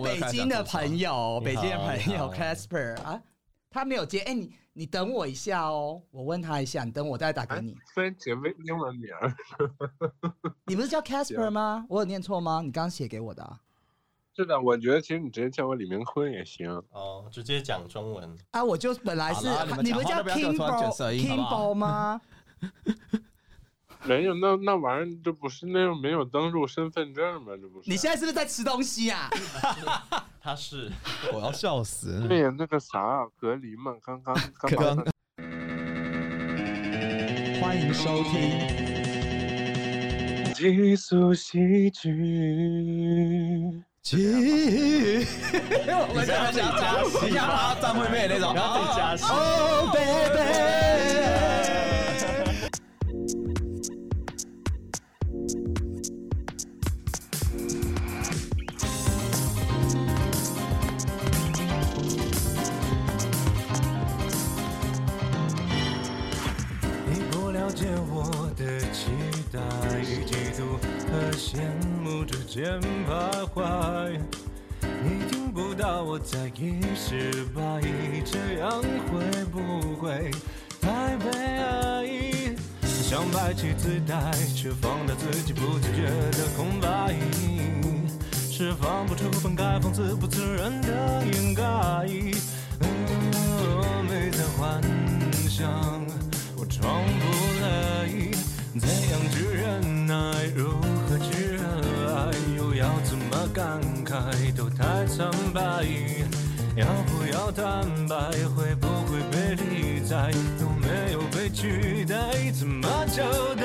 北京的朋友，你北好京的朋你友好 Casper 啊，他没有接。哎、你你等我一下哦，我问他一下，你等我再打给你。虽然姐妹英文名儿， 你不是叫 Casper 吗？我有念错吗？你刚写给我的、啊。是的，我觉得其实你直接叫我李明坤也行。哦，直接讲中文。啊，我就本来是好啦你你不们是讲叫话都不要给我突然 Kimbo 卷舌音好不好 Kimbo 吗？没有，那那玩意儿，这不是那没有登录身份证吗？这不是？你现在是不是在吃东西啊？他是我要笑死。对呀，那个啥隔离嘛，刚刚刚刚刚欢迎收听，寄宿戏剧。起，我们要这样加加戏，要他站会背那种，啊然后加戏。 ，Oh baby。你不了解我的期待与嫉妒和羡慕之间徘徊，你听不到我在意失败，这样会不会太悲哀？想摆起姿态，却放大自己不自觉的空白，释放不出本该放肆不自然的掩盖。嗯，没在幻想，我装不来，怎样去忍耐，如何去热爱，又要怎么感慨，都太苍白。要不要坦白，会不会被理睬，有没有被取代，怎么交代？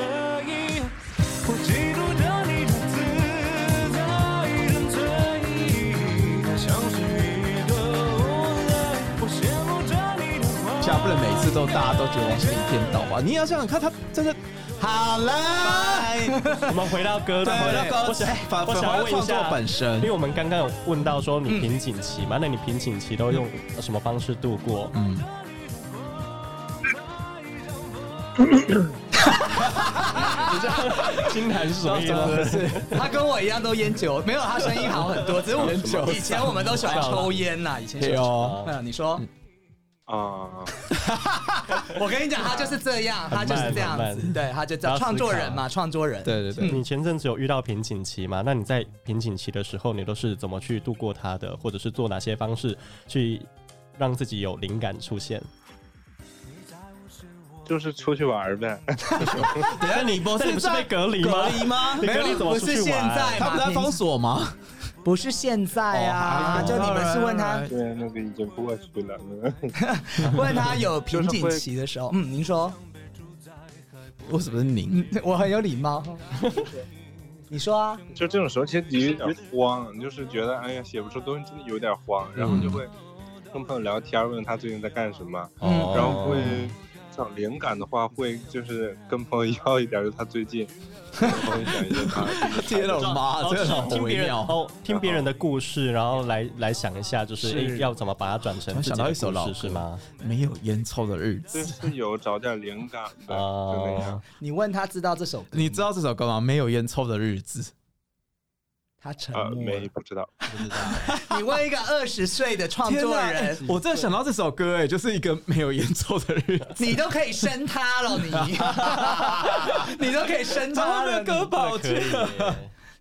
我嫉妒着你的自在沉醉，它像是一个无奈。我羡慕着你的花现在不能每次都大家都觉得王心凌颠倒啊吧？你也要想想看，他真的好了。 我们回到歌，对回对，到歌，我想哎反我反想而要问一创作下本身因为，我们刚刚有问到说你瓶颈期嘛，那你瓶颈期都用什么方式度过？嗯，金坛是什么意怎么回思？事？他跟我一样都烟酒，没有他声音好很多，只是我们以前我们都喜欢抽烟呐，以前喜对欢抽。哦，嗯，你说，啊，我跟你讲，他就是这样，他就是这样很慢子，对，他就这样，要思考创作人嘛，创作人，对对对，你前阵子有遇到瓶颈期嘛？那你在瓶颈期的时候，你都是怎么去度过它的，或者是做哪些方式去让自己有灵感出现？就是出去玩儿呗。等一下你不哦那你不是被隔离吗？隔离吗？你隔没离有怎么出不是去现玩在？他不是在封锁哦吗？不是现在啊，就你们是问他，对，那个已经过去了。嗯问他 有瓶颈期的时候，嗯，您说，为什么是 您？嗯， 我很有礼貌，你说啊，就这种时候，其实你有点慌，就是觉得哎呀，写不出东西，真的有点慌，然后就会跟朋友聊天，问他最近在干什么，嗯然后会找灵感的话，会就是跟朋友要一点，就他最近，跟朋友讲一些他。天哪，我 的妈，真的然后很听微别人妙。哦，听别人的故事，然后来来想一下，就是是诶要怎么把它转成突然自己想的到故一首老事歌是吗？没有烟抽的日就子，是有找点灵感的，就那样哦。，你问他知道这首歌吗，你知道这首歌吗？没有烟抽的日子，他沉呃，默没了，不知道，你问一个二十岁的创作人，哎我真的想到这首歌，哎，就是一个没有烟抽的日子。你都可以生他了， 你，你都可以生他了，你保可以耶。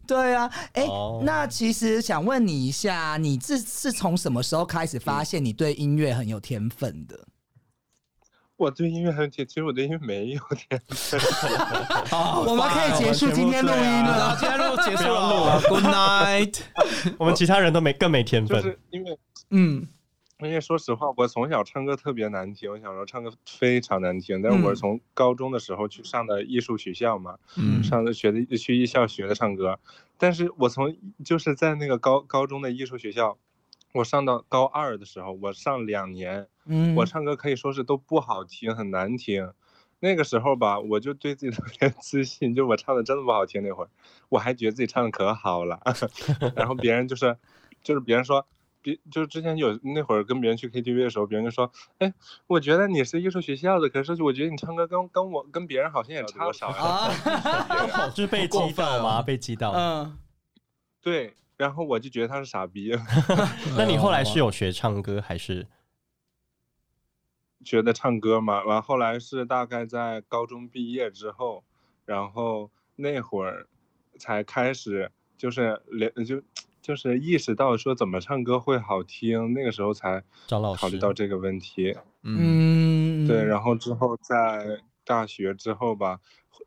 对啊，哎、哦那其实想问你一下，你这是从什么时候开始发现你对音乐很有天分的？我对音乐很天，其实我对音乐没有 天分。我们可以结束今天录音了。 今天录结束了，Good night。我们其他人都没更没天就分是，因为嗯，因为说实话，我从小唱歌特别难听，我小时候唱歌非常难听。但是我是从高中的时候去上的艺术学校嘛，嗯，上的学的去艺校学的唱歌。但是我从就是在那个高高中的艺术学校，我上到高二的时候，我上两年，嗯我唱歌可以说是都不好听，很难听。那个时候吧，我就对自己特别自信，就我唱的真的不好听那会儿，我还觉得自己唱的可好了。 然后别人就是，就是别人说，别就之前有那会儿跟别人去 KTV 的时候，别人就说，哎，我觉得你是艺术学校的，可是我觉得你唱歌跟跟我跟别人好像也差不少呀。啊，哦就是被过击分到哦呃吗？被击到。嗯，对，然后我就觉得他是傻逼，那你后来是有学唱歌还是？觉得唱歌嘛。完后来是大概在高中毕业之后，然后那会儿才开始就是连就就是意识到说怎么唱歌会好听，那个时候才张老师考虑到这个问题。嗯，嗯，对，然后之后在大学之后吧，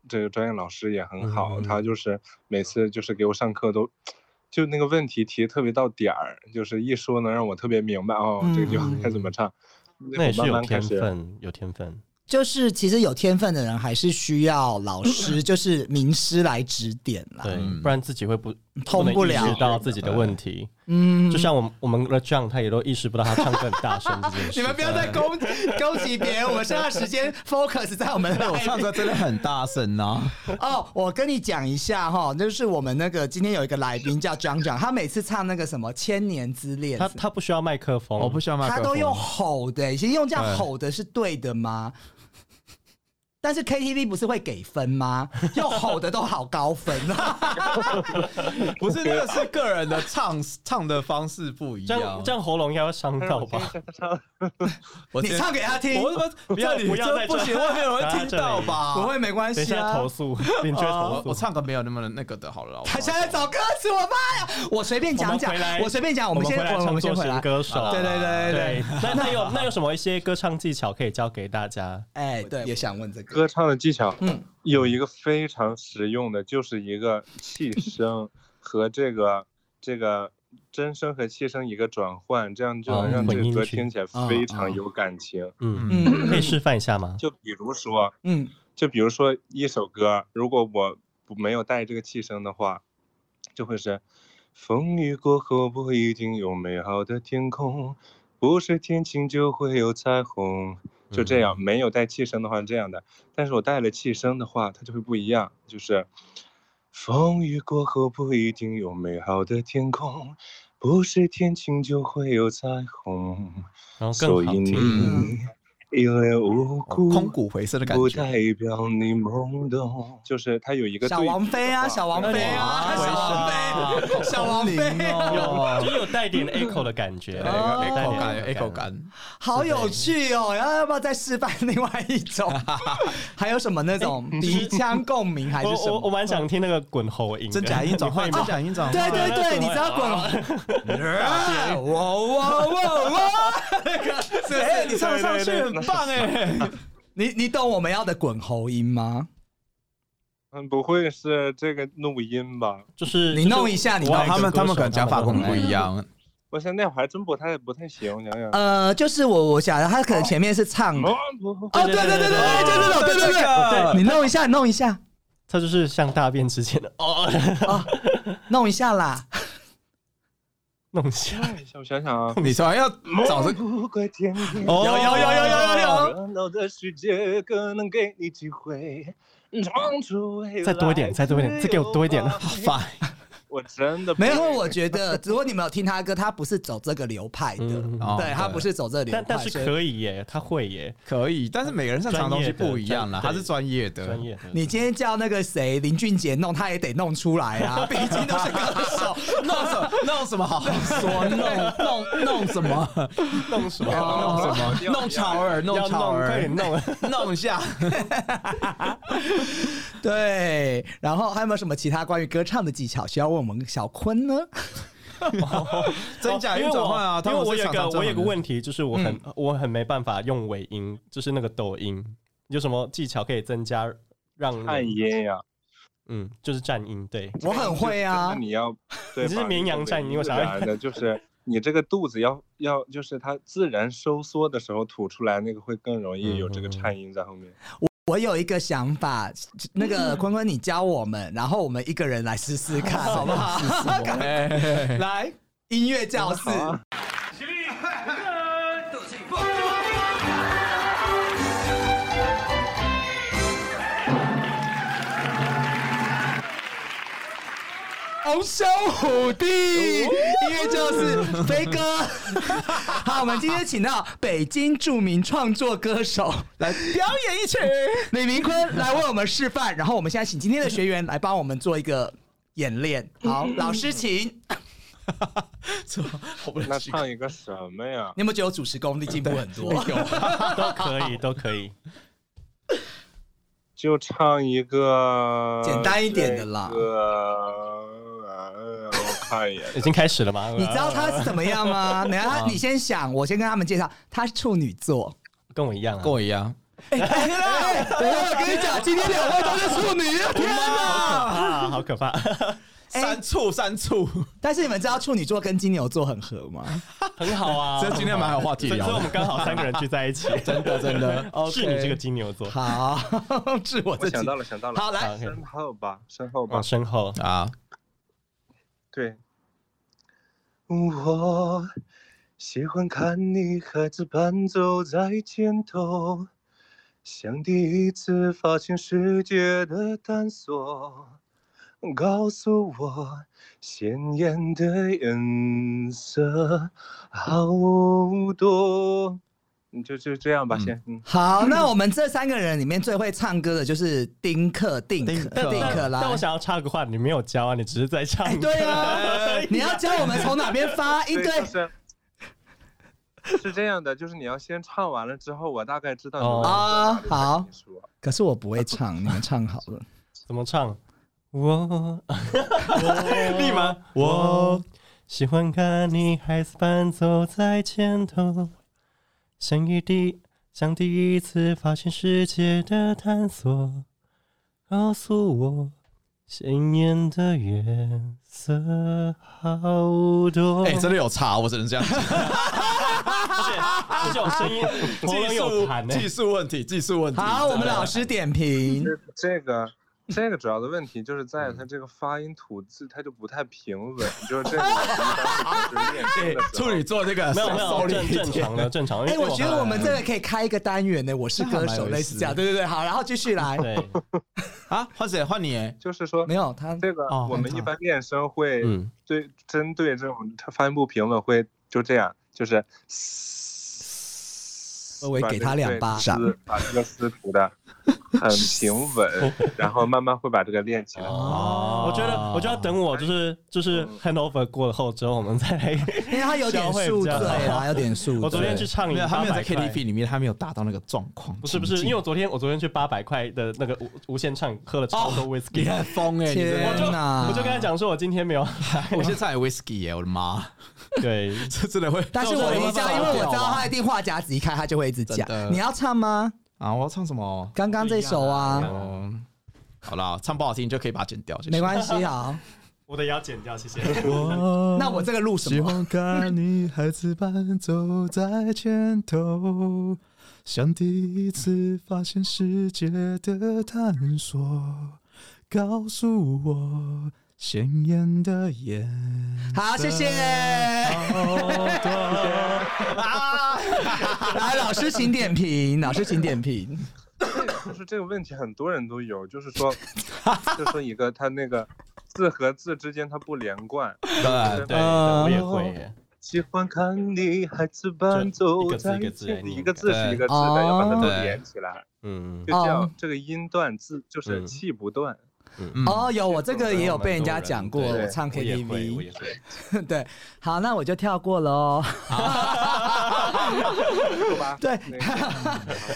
这个专业老师也很好，嗯嗯嗯他就是每次就是给我上课都，就那个问题提得特别到点儿，就是一说能让我特别明白哦，这个地方该怎么唱。嗯那也我是慢有慢开天始，分，有天分。就是其实有天分的人还是需要老 师，就是名师来指点啦。对，嗯不然自己会不通能不意识了到自己的问题。嗯就像我们我们的 John，他也都意识不到他唱歌很大声这件 事。你们不要再攻攻击别人，我们现在时间 focus 在我们 的哎我唱歌真的很大声啊！哦，我跟你讲一下哈，就是我们那个今天有一个来宾叫 John John，他每次唱那个什么《千年之恋他》，他不需要麦克风，哎我不需要麦克他风，都用吼的、其实用这对样吼的是对的吗？ 但是 KTV 不是会给分吗？用吼的都好高分啊！不是那个是个人的唱唱的方式不一这样样。这样喉咙应该会伤到吧？我你先唱给他听，我怎么不要这里不要这在这不行，外面有人听到吧？不会没关等一系下啊。哦投诉，你就会我投我诉。唱歌没有那么那个的，好了啦。我他现在找歌词，我妈呀！我随便讲我讲们回来，我随便讲，我们先回来我唱们作先回型来。歌手。对对对对对，那那有那有什么一些歌唱技巧可以教给大家？哎，对，也想问这个。歌唱的技巧，嗯，有一个非常实用的，就是一个 气声和这个这个真声和气声一个转换，这样就哦啊能让混这个音歌区听起来啊非啊常有感情。嗯，嗯可以示范一下吗？就比如说，嗯，就比如说一首歌，如果我不没有带这个气声的话，就会是风雨过后不一定有美好的天空，不是天晴就会有彩虹。就嗯这样，没有带气声的话是这样的，但是我带了气声的话，它就会不一样，就是风雨过后不一定有美好的天空，不是天晴就会有彩虹，然后所哦更好以听。哦你一脸无辜。空谷回声的感不觉。代表你懵懂。就是他有一个小对王比的妃啊，话小王妃啊，哇小王妃，小王妃啊，有，哦，就是有带一点 echo 的感觉，那个 echo 带哎感一点，echo。感，好有趣哦！然后要不要再示范另外一种？还有什么那种鼻腔共鸣还我是什我我么？蛮想听那个滚喉音的，真 假音转换，你会真吗？假音转对换。对对，你知道滚哦哇哇哇哇！那个是不哎，是？你唱得上去很棒哎。你你懂我们要的滚喉音吗？嗯，不会是这个录音吧？ 就是你弄一下你弄外一国下他们歌手他们可能讲法他跟我们们不一样。我现在我还真不太不太行，我想想。呃，就是我我想他可能前面是嗯唱哦不哦，对对对对哎对，就这种，对对对，你弄一下，弄一下，他就是像大便之前的哦，弄一下啦。弄一下。哎我想 想啊，你说要找这不怪天天哦有有有有有有热闹的世界可能给你机会闯出未来。再多一点再多一点再给我多一点自由吧烦，我真的不没有，因为我觉得如果你们有听他的歌，他不是走这个流派的，嗯哦对他不是走这个流但派，但是所以可以耶，他会耶，可以，但是每个人擅长的东西不一样啦，他专业的是专业的。专业的。你今天叫那个谁林俊杰弄，他也得弄出来 啊，毕竟都是歌手。弄什么弄什么好说？弄弄弄什么？弄 什弄什么？弄潮儿，弄要潮弄快儿点， 弄。啊弄一下。 对，然后还有没有什么其他关于歌唱的技巧需要问我们小坤呢？真假音转换啊！哦因为我因为我他们是有常个常我有个这样问题，就是我很我很没办法用尾音，就是那个抖音，有什么技巧可以增加让人颤音呀，嗯，就是战音对。 我很会那啊，哎你要，对你这是把绵那个羊战尾你有自啥然 的，就是你这个肚子要要，就是它自然收缩的时候吐出来，那个会更容易有这个嗯嗯嗯颤音在后面。我有一个想法，那 个坤坤你教我们，然后我们一个人来试试看，好不好？哎 啊来，音乐教室，啊红烧虎弟，音乐就是飞哥。好，我们今天请到北京著名创作歌手来 表演一曲。李明坤来为我们示范，然后我们现在请今天的学员来帮我们做一个演练。好，老师请。什么？我 不那能去唱一个什么呀？你有没有觉得我主持功力进步很多？都可以，都可以。就唱一个 简单一点的啦这个呃我看 一眼，已经开始了吗？你知道他是怎么样吗？等下你先想，我先跟他们介绍，他是处女座。跟我一样啊，跟我一样，哎等一下，我跟你讲，今天两位都是处女，天哪！啊，好可怕！哎三处三处，但是你们知道处女座跟金牛座很合吗？ 很好啊，这今天蛮有话题所以聊所以我们的。刚好三个人聚在一 起，真的真的是你这个金牛座，好，是我我自己想。到了，想到了，好，来，身后吧，身后吧往，身后啊，对，我喜欢看你孩子般走在前头，像第一次发现世界的探索。告诉我，鲜艳的颜色好多。你就就这样吧，嗯先。嗯，好，那我们这三个人里面最会唱歌的就是丁克、定克、丁克定克但啦我。想要插个话，你没有教啊，你只是在唱哎，歌。对啊，你要教我们从哪边发音？所以对就，是。是这样的，就是你要先唱完了之后，我大概知道你哦会啊说哪里好跟你说可是我不会唱，你们唱好了。 怎么唱？我 立马我喜欢看你孩子般走在前头，像一滴像第一次发现世界的探索，告诉我鲜艳的颜色好多。哎，真的有差，我只能这样讲。 这种声音喉咙有术痰欸呢、技术问题，技术问题。好，我们老师点评。这个这个主要的问题就是在于它这个发音吐字，它就不太平稳，就是这个我们一般会就是练声哎的时处候。女座这 个没有没收有敛正正一点常的正常。因为哎、我觉得我们很这个可以开一个单元呢，我是歌手类似这样，对对对，好，然后继续来，对啊，换谁？换你？哎就是说没，有他，这个哦我们一般练声会嗯对针对这种它发音不平稳会就这样，就是微微把给这他个两对巴掌，撕把这个撕涂的很平 稳，然后慢慢会把这个练起来。哦我觉得，我觉得要等我就是就是嗯 handover 过了后之后，我们再来。因为他有点宿醉啦，有点宿醉。我昨天去唱没瘾，有，他没有在800块 KTV 里面，他没有达到那个状况。不是不是，因为我昨天我昨天去八百块的那个无无限唱，喝了超哦多你 whisky，很疯哎，你真啊天的哪！我就跟他，讲说我今天没有。 我现在有 whisky 哎，我的妈， 对，这真的会啊但是我一定这叫，因为我知道他一定话匣子一开，他就会一直真讲的。你要唱吗？啊，我要唱什么？刚刚这首啊，哦，好啦，唱不好听就可以把它剪掉，没关系，啊好。我的也要剪掉，谢谢。我 那我这个录什希么？望看你孩子般走在前头，像第一次发现世界的探索，告诉我鲜艳的眼。好，谢谢。 来，老师请点评，老师请点评。就是这个问题，很多人都有，就是说，就说一个他那个字和字之间它不连贯。 对对，嗯我也会耶。喜欢看你孩子般走在就一个字一个字来前念一个字是一个字的，要把它都连起来，嗯就这哦样，这个音断字就是气不 断。嗯哦，有我这个也有被人家讲过，蛮多我人唱我也会，我 KTV，也会。 对，好，那我就跳过喽。对吧？ 对 那个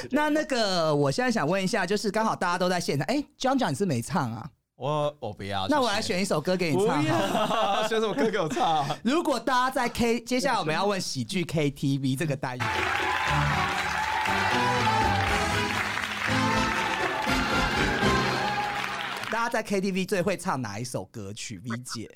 那那个，我现在想问一下，就是刚好大家都在现场，哎，John John 你是没唱啊？我我不啊要，那我来，选一首歌给你唱好了。要，选什么歌给我 唱？如果大家在 K，接下来我们要问喜剧 KTV 这个单元。大家在 KTV 最会唱哪一首歌曲？V 姐，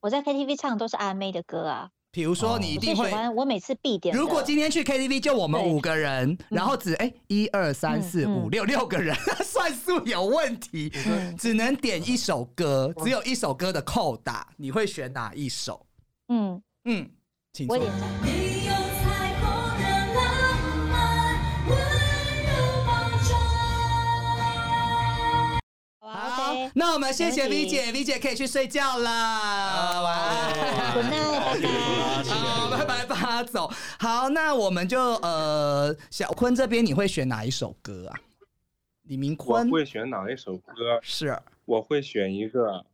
我在 KTV 唱的都是阿妹的歌啊，比如说你一我最定喜会，欢，我每次必点的。如果今天去 KTV 就我们对五个人，然后只哎一二三四五嗯六六个人， 算数有问题，嗯只能点一首歌，只有一首歌的扣打，你会选哪一首？嗯，嗯，请我说点。赞你有彩虹的浪漫，温柔包装。好好啊，OK，那我们谢谢没 V 问题姐，V 姐可以去睡觉了，晚安。 ，Good night，拜拜。好，拜拜，八走。好，那我们就呃，小坤这边你会选哪一首歌啊？李明我坤会选哪一首歌？是我会选一个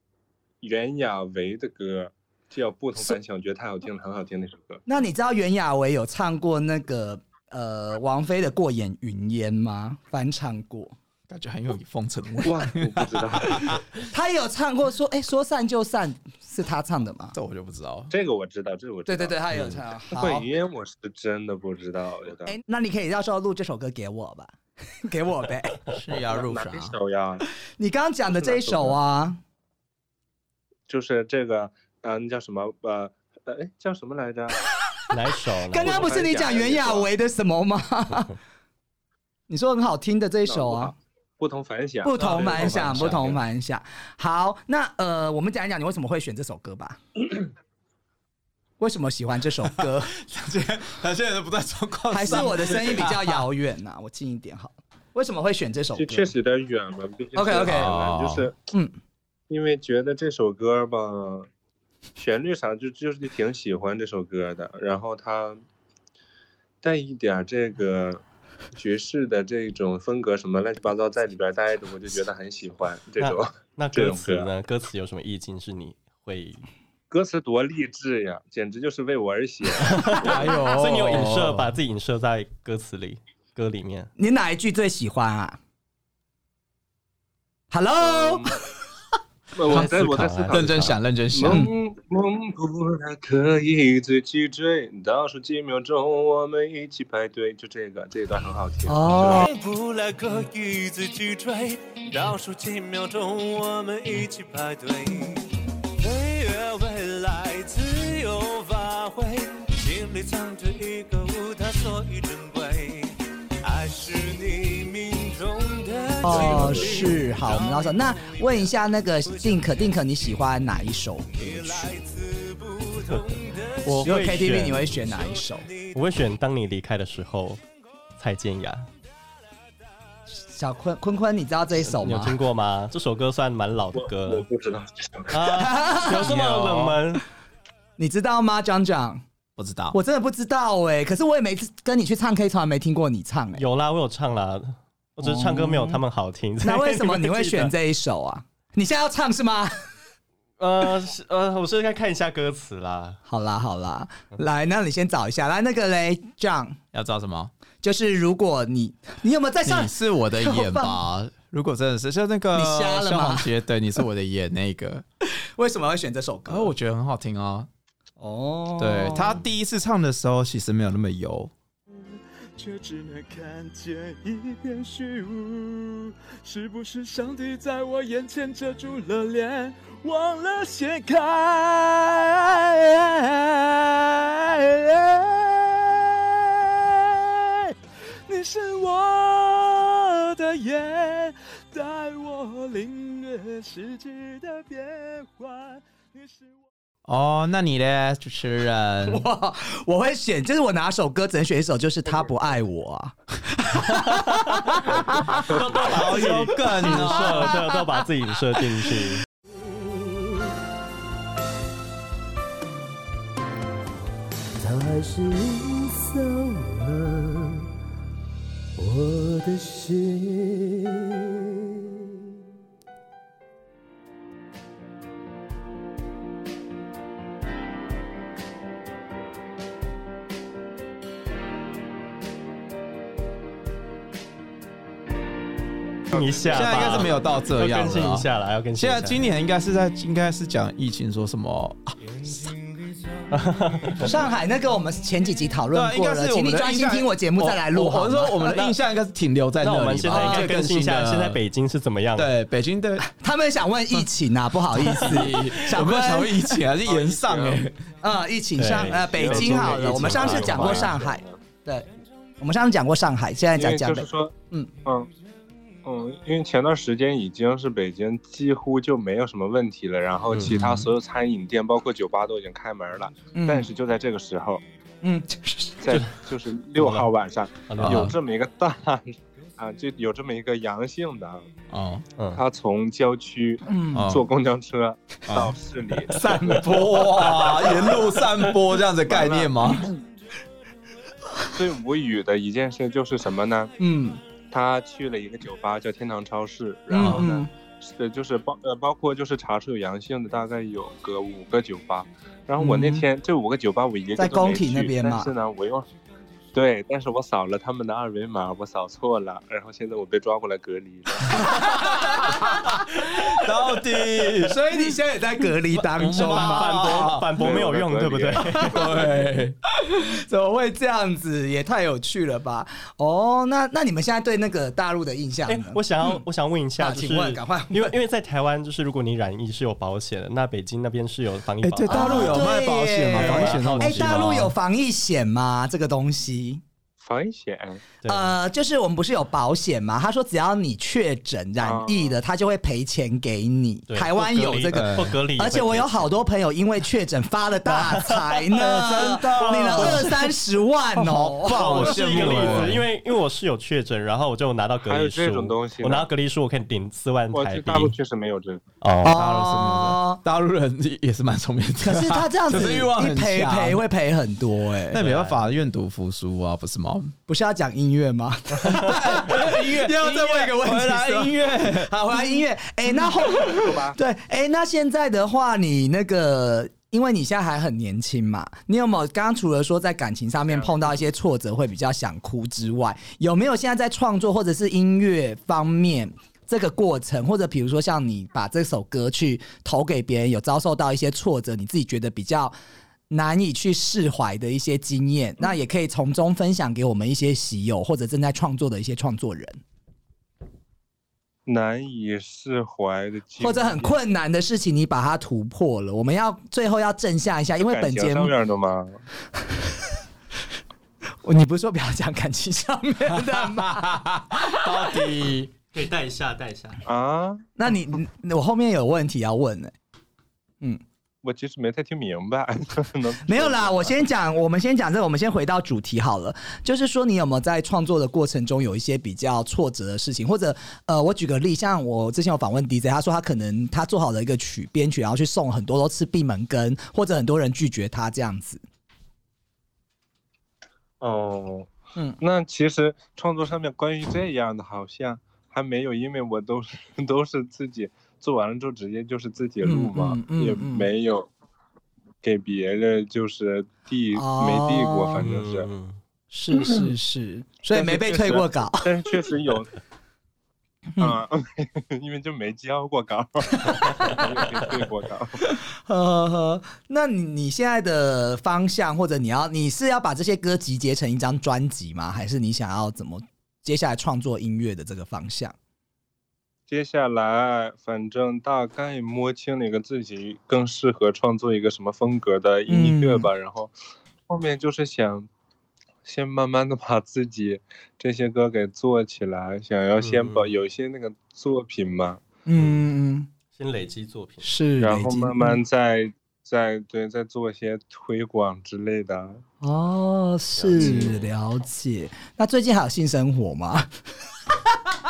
袁娅维的歌，这有不同凡响，我觉得太好听了，很好听那首歌。那你知道袁娅维有唱过那个呃王菲的《过眼云烟》吗？翻唱过，感觉很有风尘味。哇，我不知 道她也有唱过说，哎说散就散，是她唱的吗？这我就不知道了。这个，我知道，这个我知对道。对对，她也有唱。 好，会音我是真的不知道有的。哎，那你可以到时候录这首歌给我吧， 给我呗。是要入哪啥一？啊首呀？你刚刚讲的这一首啊，就是这个，嗯、那叫什么？呃，呃哎，叫什么来着？哪一首？刚刚不是啊你讲袁娅维的什么 吗？你说很好听的这一首啊，不同凡响，啊不同凡响，对不同。凡响。好，那呃，我们讲一讲你为什么会选这首歌 吧。为什么喜欢这首 歌？他现在他现在都不在状况还是上我的声音比较遥远啊 呐、我近一点好了。为什么会选这首歌这？确实有点远了，毕竟 OK，OK 就哦是嗯，因为觉得这首歌吧，旋律啥就就是挺喜欢这首歌的，然后它带一点儿这个爵士的这种风格什么乱七八糟在里边儿待着，我就觉得很喜欢这啊种。那这歌种词歌啊呢？歌词有什么意境是你会？歌词多励志呀，简直就是为我而写。啊 哎呦，所以你有影射，把自己影射在歌词里、歌里面。你哪一句最喜欢啊？Hello，、我在我在思思考考啊认真想，认真想。嗯梦梦不来可以自己追，倒数几秒钟，我们一起排队。就这个，这一段很好听。哦，不来可以自己追，倒数几秒钟，我们一起排队。飞越未来，自由发挥，心里藏着一个舞台，所以珍贵。爱是你命中的哦，最美是好，我们到时候那问一下那个 Dink Dink，你喜欢哪一首歌曲？来自不同的我如果会 KTV 选你会选哪一首？我会选《当你离开的时候》，蔡健雅，小坤坤坤，你知道这一首你有吗？听过吗？这首歌算蛮老的我我歌不知道这首歌。啊，有这么冷门？你知道吗，张张？不知道，我真的不知道哎、可是我也没跟你去唱 K 从来没听过你唱哎、有啦，我有唱啦，我只是唱歌没有他们好听。 哦那为 什么你会选这？这一首啊？ 你现在要唱是吗？呃是呃，我是该看一下歌词啦。好啦好啦，来，那你先找一下，来那个嘞，John，要知道什么？就是如果你你有没有在上你？是我的 眼吧？如果真的是像那个你瞎了吗萧煌奇的对，你是我的眼那个， 为什么会选这首歌？然后我觉得很好听啊。哦对他第一次唱的时候，其实没有那么油，却只能看见一片虚无。是不是上帝在我眼前遮住了脸，忘了掀开？你是我的眼，带我领略世界的变幻。你是我。哦，那你嘞，主持人？ 哇，我会选，就是我哪首歌只能选一首，就是他不爱我啊。好有梗影啊射，对，都把自己影射进去。它是你扫了我的心。听一下吧，现在应该是没有到这要样更新了一。下啦，要更新现一下。在今年应该是在应该是讲疫情，说什么？啊上海那个我们前几集讨论对，啊应过该了，是我请们你的专印心象听我节目再来录我好我吗。是说我们的印象应该是停留在那我那们里现在吧，应该最更更新一下，的现在北京是怎么样？，对北京的 他们想问疫情啊，不好意 思，有想没有想过问疫情啊还是延 上哎？呃疫情上对呃北北京京好的疫了，情我们上次吧讲过上海，对，我们上次讲过上海，现在因讲为江就北是。说，嗯嗯嗯，因为前段时间已经是北京几乎就没有什么问题了，然后其他所有餐饮店包括酒吧都已经开门了，但嗯是就在这个时候，嗯，在就是六号晚上好的有这么一个大。啊，就有这么一个阳性的啊，哦，嗯，他从郊区嗯坐公交车到市里，散播啊，沿路散播这样子概念 吗？最无语的一件事就是什么呢？嗯他去了一个酒吧叫天堂超市，然后哦嗯呢，嗯呃，就是包呃包括就是查出有阳性的大概有个五个酒吧，然后我那天、这五个酒吧我一个嗯在都没工体那去边嘛但是呢我又对，但是我扫了他们的二维码，我扫错了，然后现在我被抓过来隔离 了。到底所以你现在也在隔离当中反 嘛？驳反驳没有用，对对不我对在？啊对，怎么会这样子？也太有趣了吧！哦，那那你们现在对那个大陆的印象 哎、呢？我想要、我想问一 下，啊就是请问赶快 因为因为在台湾，就是如果你染疫是有保险的，那北京那边是有防疫哎保啊对大陆有卖保险吗对耶防疫险那哎、种东西吗大陆有防疫险吗？这个东西，防疫险，对呃，就是我们不是有保险吗？他说只要你确诊染疫了，他就会赔钱给你。对台湾有这哎个。不隔离，而且我有好多朋友因为确诊发了大财 呢，真的领了二三十万哦。哇，我是一个例啊好羡慕哎子，因为因为我是有确诊，然后我就拿到隔还有离书，这种东西呢我拿到隔离书，我可以顶四万我台去币大陆确实没有这个。啊哦。哦，大陆人也也是蛮聪明的，可是他这样子 可是欲望一很赔强赔会赔很多哎、那没办法，愿赌服输啊，不是吗？ 不是要讲音乐 吗？音乐要再问一个问题，回来音乐，好，回来音乐。哎、那后对，哎、那现在的话，你那个，因为你现在还很年轻嘛，你有没有刚刚除了说在感情上面碰到一些挫折会比较想哭之外，有没有现在在创作或者是音乐方面？这个过程，或者比如说像你把这首歌去投给别人，有遭受到一些挫折，你自己觉得比较难以去释怀的一些经嗯验，那也可以从中分享给我们一些喜友或者正在创作的一些创作人，难以释怀的经历，或者很困难的事情，你把它突破了。我们要最后要正向一下，因为感本情节上目面的吗？哦你不是说不要讲感情上面的吗？ 到底可以带一下，带一下。啊，那你你我后面有问题要问呢、我其实没太听明白， 能 没有啦，我先讲，我们先讲这个，我们先回到主题好了。就是说，你有没有在创作的过程中有一些比较挫折的事情，或者呃，我举个例，像我之前有访问 DJ，他说他可能他做好了一个曲编曲，然后去送很多都吃闭门羹，或者很多人拒绝他这样子。哦，嗯，那其实创作上面关于这样的，好像还没有，因为我都是 都是自己做完了之后直接就是自己录嘛，嗯嗯嗯也嗯没有给别人就是递、没递过，反正哦是，嗯，是是是，所以但是没被确退实过稿。但是确实有。嗯啊， 因为就没交过稿， 没有对过稿。呵呵呵，呃那你你现在的方向，或者你要你是要把这些歌集结成一张专辑吗？还是你想要怎么接下来创作音乐的这个方向？接下来，反正大概摸清了一个自己更适合创作一个什么风格的音乐嗯吧，然后后面就是想先慢慢的把自己这些歌给做起来，想要先把嗯有一些那个作品嘛，嗯嗯，先累积作 品。是，然后慢慢再再对再做一些推广之类的。哦，是了解。那最近还有性生活吗？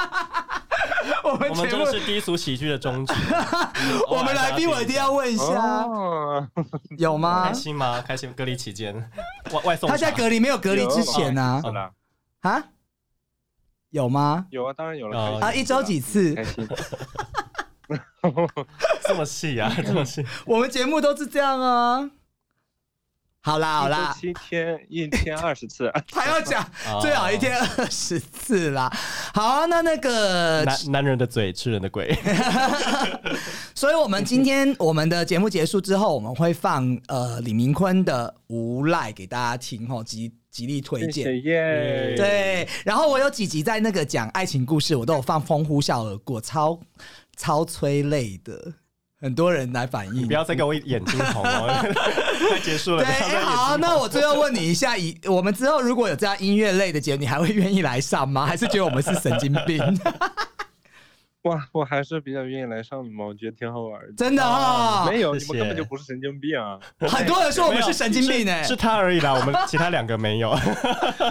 我们我节们真目的，是低俗喜剧的宗旨。 我们来宾，我一定要问一下，哦，有吗开？心吗？开心，隔离期间，外外送茶。他在隔离没有隔离之前呢有、啊？啦啊？有吗？有啊，当然有了。哦开心啊，一周几次哎开？ 心。这么细 啊，这么细。我们节目都是这样啊。好啦好啦，七天，一天二十次。啊他要讲哦最好一天二十次啦。好啊，那那个哦男男人的嘴，吃人的 鬼。所以，我们今天我们的节目结束之后，我们会放呃李明坤的《无赖》给大家听哦，极极力 推谢荐。谢耶。对，然后我有几集在那个讲爱情故事，我都有放《风呼啸而过》，超超催泪的，很多人来反映不。要再给我眼睛红 哦，快结束了。对，不要再哎、眼睛好，红那我最后问你一下，以我们之后如果有这样音乐类的节目，你还会愿意来上吗？还是觉得我们是神经 病？哇，我还是比较愿意来上你们，我觉得挺好玩的。真的啊哈、没有，啊谢你们根本谢就不是神经病啊！很多人说我们是神经病哎、是他而已啦，我们其他两个没有。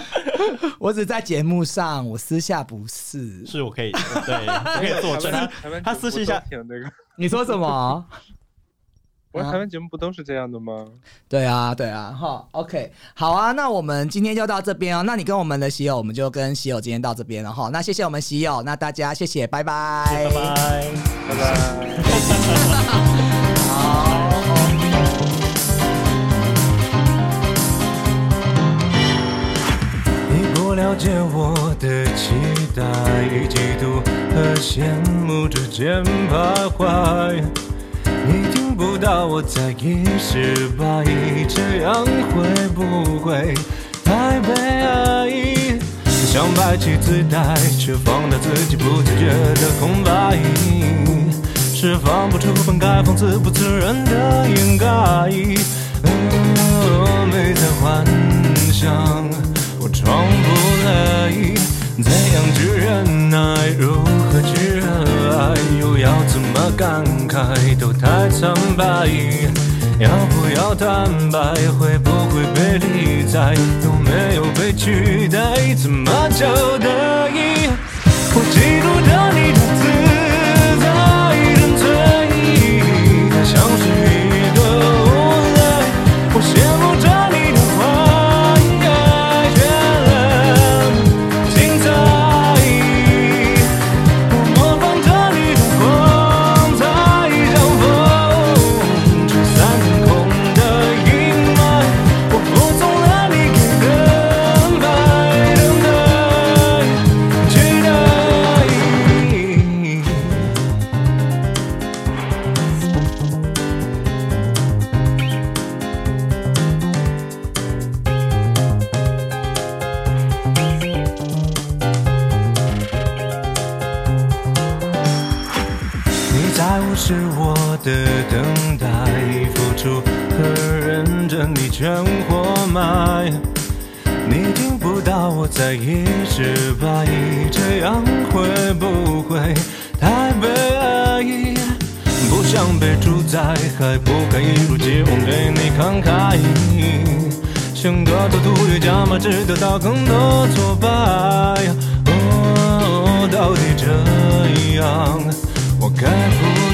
我只在节目上，我私下不是。是我可以， 对，我可以作证。台湾他台湾他主私啊播信一下都挺那个，你说什么？我台湾节目不都是这样的吗？ 对啊，对啊，哈，OK，好啊，那我们今天就到这边哦。那你跟我们的喜友，我们就跟喜友今天到这边了哈。那谢谢我们喜友，那大家谢谢，拜拜，拜拜。拜拜。你不了解我的期待与嫉妒和羡慕之间徘徊，你听不到我在一十八亿，这样会不会太悲哀？想摆起姿态，却放大自己不自觉的空白，释放不出本该放肆不自然的掩盖。嗯峨眉在幻想，我装不来，怎样去忍耐，如何去热爱，又要怎么感慨，都太苍白。要不要坦白，会不会被理睬，有没有被取代，怎么叫得意？我嫉妒着你的自在，人醉，它像是一个无赖。我羡慕着你的花开绚烂精彩，我模仿着你的光彩，像风吹散空的阴霾。我服从了你给的安排，等待，期待。你在无视我的等待，付出和认真你全活埋。你听不到我在一直怀疑，这样会不会太悲哀？不想被主宰，还不该一如既往对你慷慨。想得到突越加码，只得到更多挫败。哦，到底这样，我该不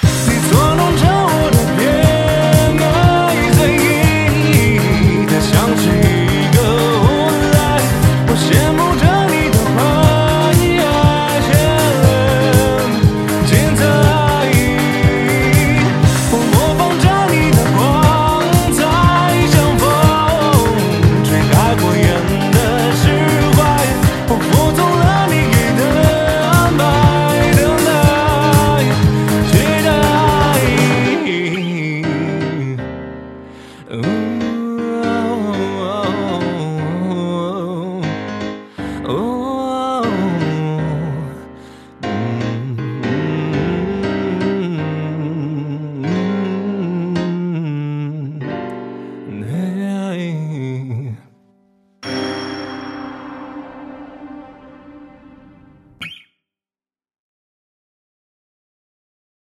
你捉弄着我的偏爱，随意的像是一个无赖。我羡慕着你的花样绚烂精彩，我模仿着你的光彩，像风吹开火焰的释怀。我服从了你给的安排，等待。期待。嗯